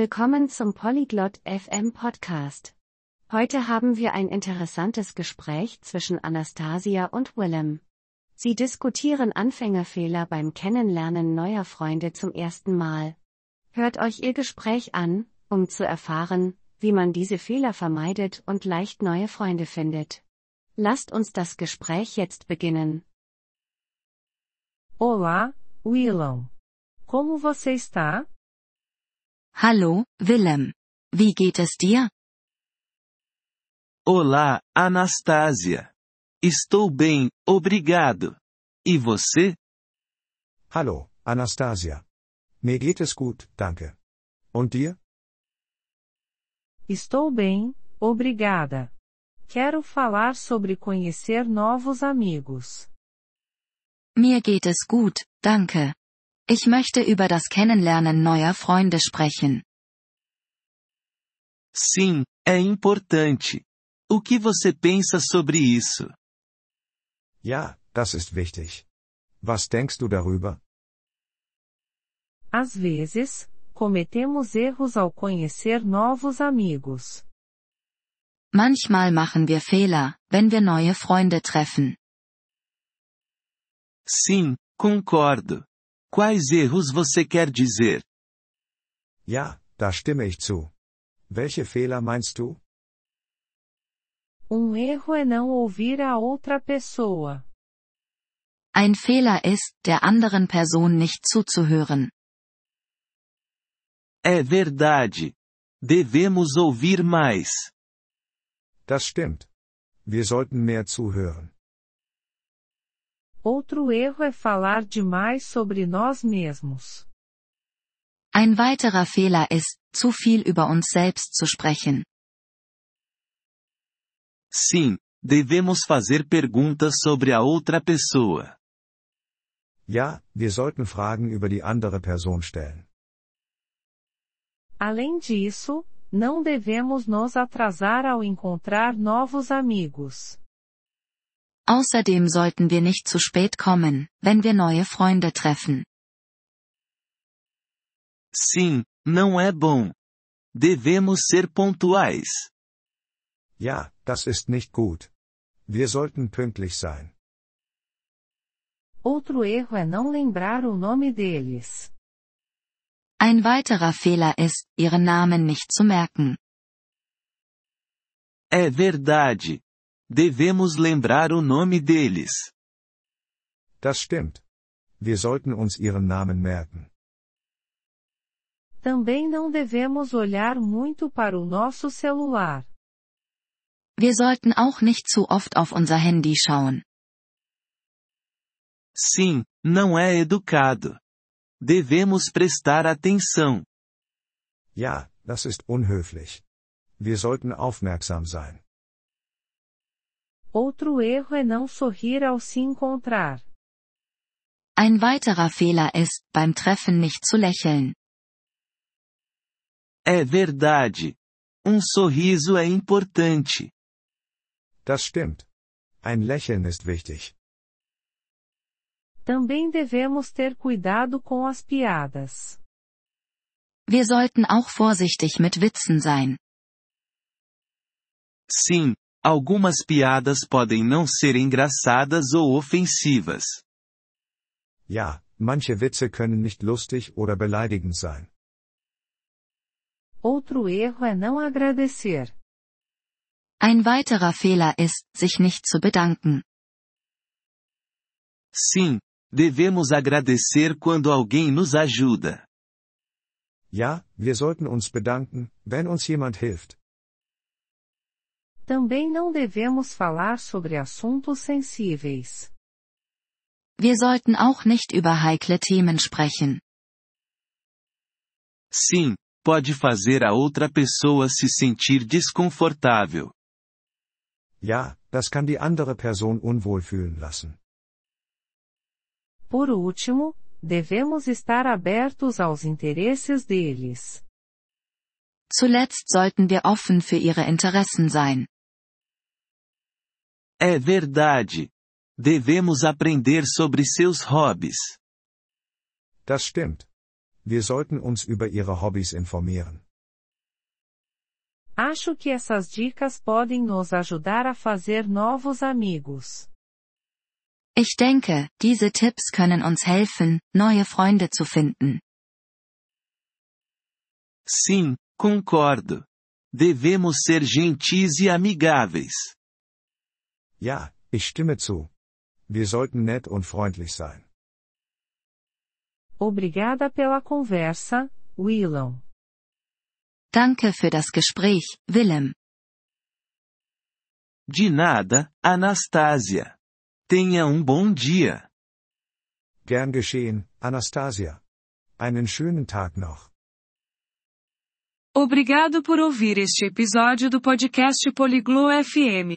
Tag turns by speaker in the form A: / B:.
A: Willkommen zum Polyglot FM Podcast. Heute haben wir ein interessantes Gespräch zwischen Anastasia und Willem. Sie diskutieren Anfängerfehler beim Kennenlernen neuer Freunde zum ersten Mal. Hört euch ihr Gespräch an, um zu erfahren, wie man diese Fehler vermeidet und leicht neue Freunde findet. Lasst uns das Gespräch jetzt beginnen.
B: Olá, Willem. Como você está?
C: Hallo, Willem. Wie geht es dir?
D: Olá, Anastasia. Estou bem, obrigado. E você?
E: Hallo, Anastasia. Mir geht es gut, danke. Und dir?
B: Estou bem, obrigada. Quero falar sobre conhecer novos amigos.
C: Mir geht es gut, danke. Ich möchte über das Kennenlernen neuer Freunde sprechen.
D: Sim, é importante. O que você pensa sobre isso?
E: Ja, das ist wichtig. Was denkst du darüber?
B: Às vezes, cometemos erros ao conhecer novos amigos.
C: Manchmal machen wir Fehler, wenn wir neue Freunde treffen.
D: Sim, concordo. Quais erros você quer dizer?
E: Ja, da stimme ich zu. Welche Fehler meinst du?
B: Um erro é não ouvir a outra pessoa.
C: Ein Fehler ist, der anderen Person nicht zuzuhören.
D: É verdade. Devemos ouvir mais.
E: Das stimmt. Wir sollten mehr zuhören.
B: Outro erro é falar demais sobre nós mesmos.
C: Ein weiterer Fehler ist, zu viel über uns selbst zu sprechen.
D: Sim, devemos fazer perguntas sobre a outra pessoa.
E: Ja, wir sollten Fragen über die andere Person stellen.
B: Além disso, não devemos nos atrasar ao encontrar novos amigos.
C: Außerdem sollten wir nicht zu spät kommen, wenn wir neue Freunde treffen.
D: Sim, não é bom. Devemos ser pontuais.
E: Ja, das ist nicht gut. Wir sollten pünktlich sein.
B: Outro erro é não lembrar o nome deles.
C: Ein weiterer Fehler ist, ihren Namen nicht zu merken.
D: É verdade. Devemos lembrar o nome deles.
E: Das stimmt. Wir sollten uns ihren Namen merken.
B: Também não devemos olhar muito para o nosso celular.
C: Wir sollten auch nicht zu oft auf unser Handy schauen.
D: Sim, não é educado. Devemos prestar atenção.
E: Ja, das ist unhöflich. Wir sollten aufmerksam sein.
B: Outro erro é não sorrir ao se encontrar.
C: Ein weiterer Fehler ist, beim Treffen nicht zu lächeln.
D: É verdade. Um sorriso é importante.
E: Das stimmt. Ein Lächeln ist wichtig.
B: Também devemos ter cuidado com as piadas.
C: Wir sollten auch vorsichtig mit Witzen sein.
D: Sim, algumas piadas podem não ser engraçadas ou ofensivas.
E: Ja, manche Witze können nicht lustig oder beleidigend sein.
B: Outro erro é não agradecer.
C: Ein weiterer Fehler ist, sich nicht zu bedanken.
D: Sim, devemos agradecer quando alguém nos ajuda.
E: Ja, wir sollten uns bedanken, wenn uns jemand hilft.
B: Também não devemos falar sobre assuntos sensíveis.
C: Wir sollten auch nicht über heikle Themen sprechen.
D: Sim, pode fazer a outra pessoa se sentir desconfortável.
E: Ja, das kann die andere Person unwohl fühlen lassen.
B: Por último, devemos estar abertos aos interesses deles.
C: Zuletzt sollten wir offen für ihre Interessen sein.
D: É verdade. Devemos aprender sobre seus hobbies.
E: Das stimmt. Wir sollten uns über ihre Hobbys informieren.
B: Acho que essas dicas podem nos ajudar a fazer novos amigos.
C: Ich denke, diese Tipps können uns helfen, neue Freunde zu finden.
D: Sim, concordo. Devemos ser gentis e amigáveis.
E: Ja, ich stimme zu. Wir sollten nett und freundlich sein.
B: Obrigada pela conversa, Willem.
C: Danke für das Gespräch, Willem.
D: De nada, Anastasia. Tenha um bom dia.
E: Gern geschehen, Anastasia. Einen schönen Tag noch.
F: Obrigado por ouvir este episódio do podcast Poliglo FM.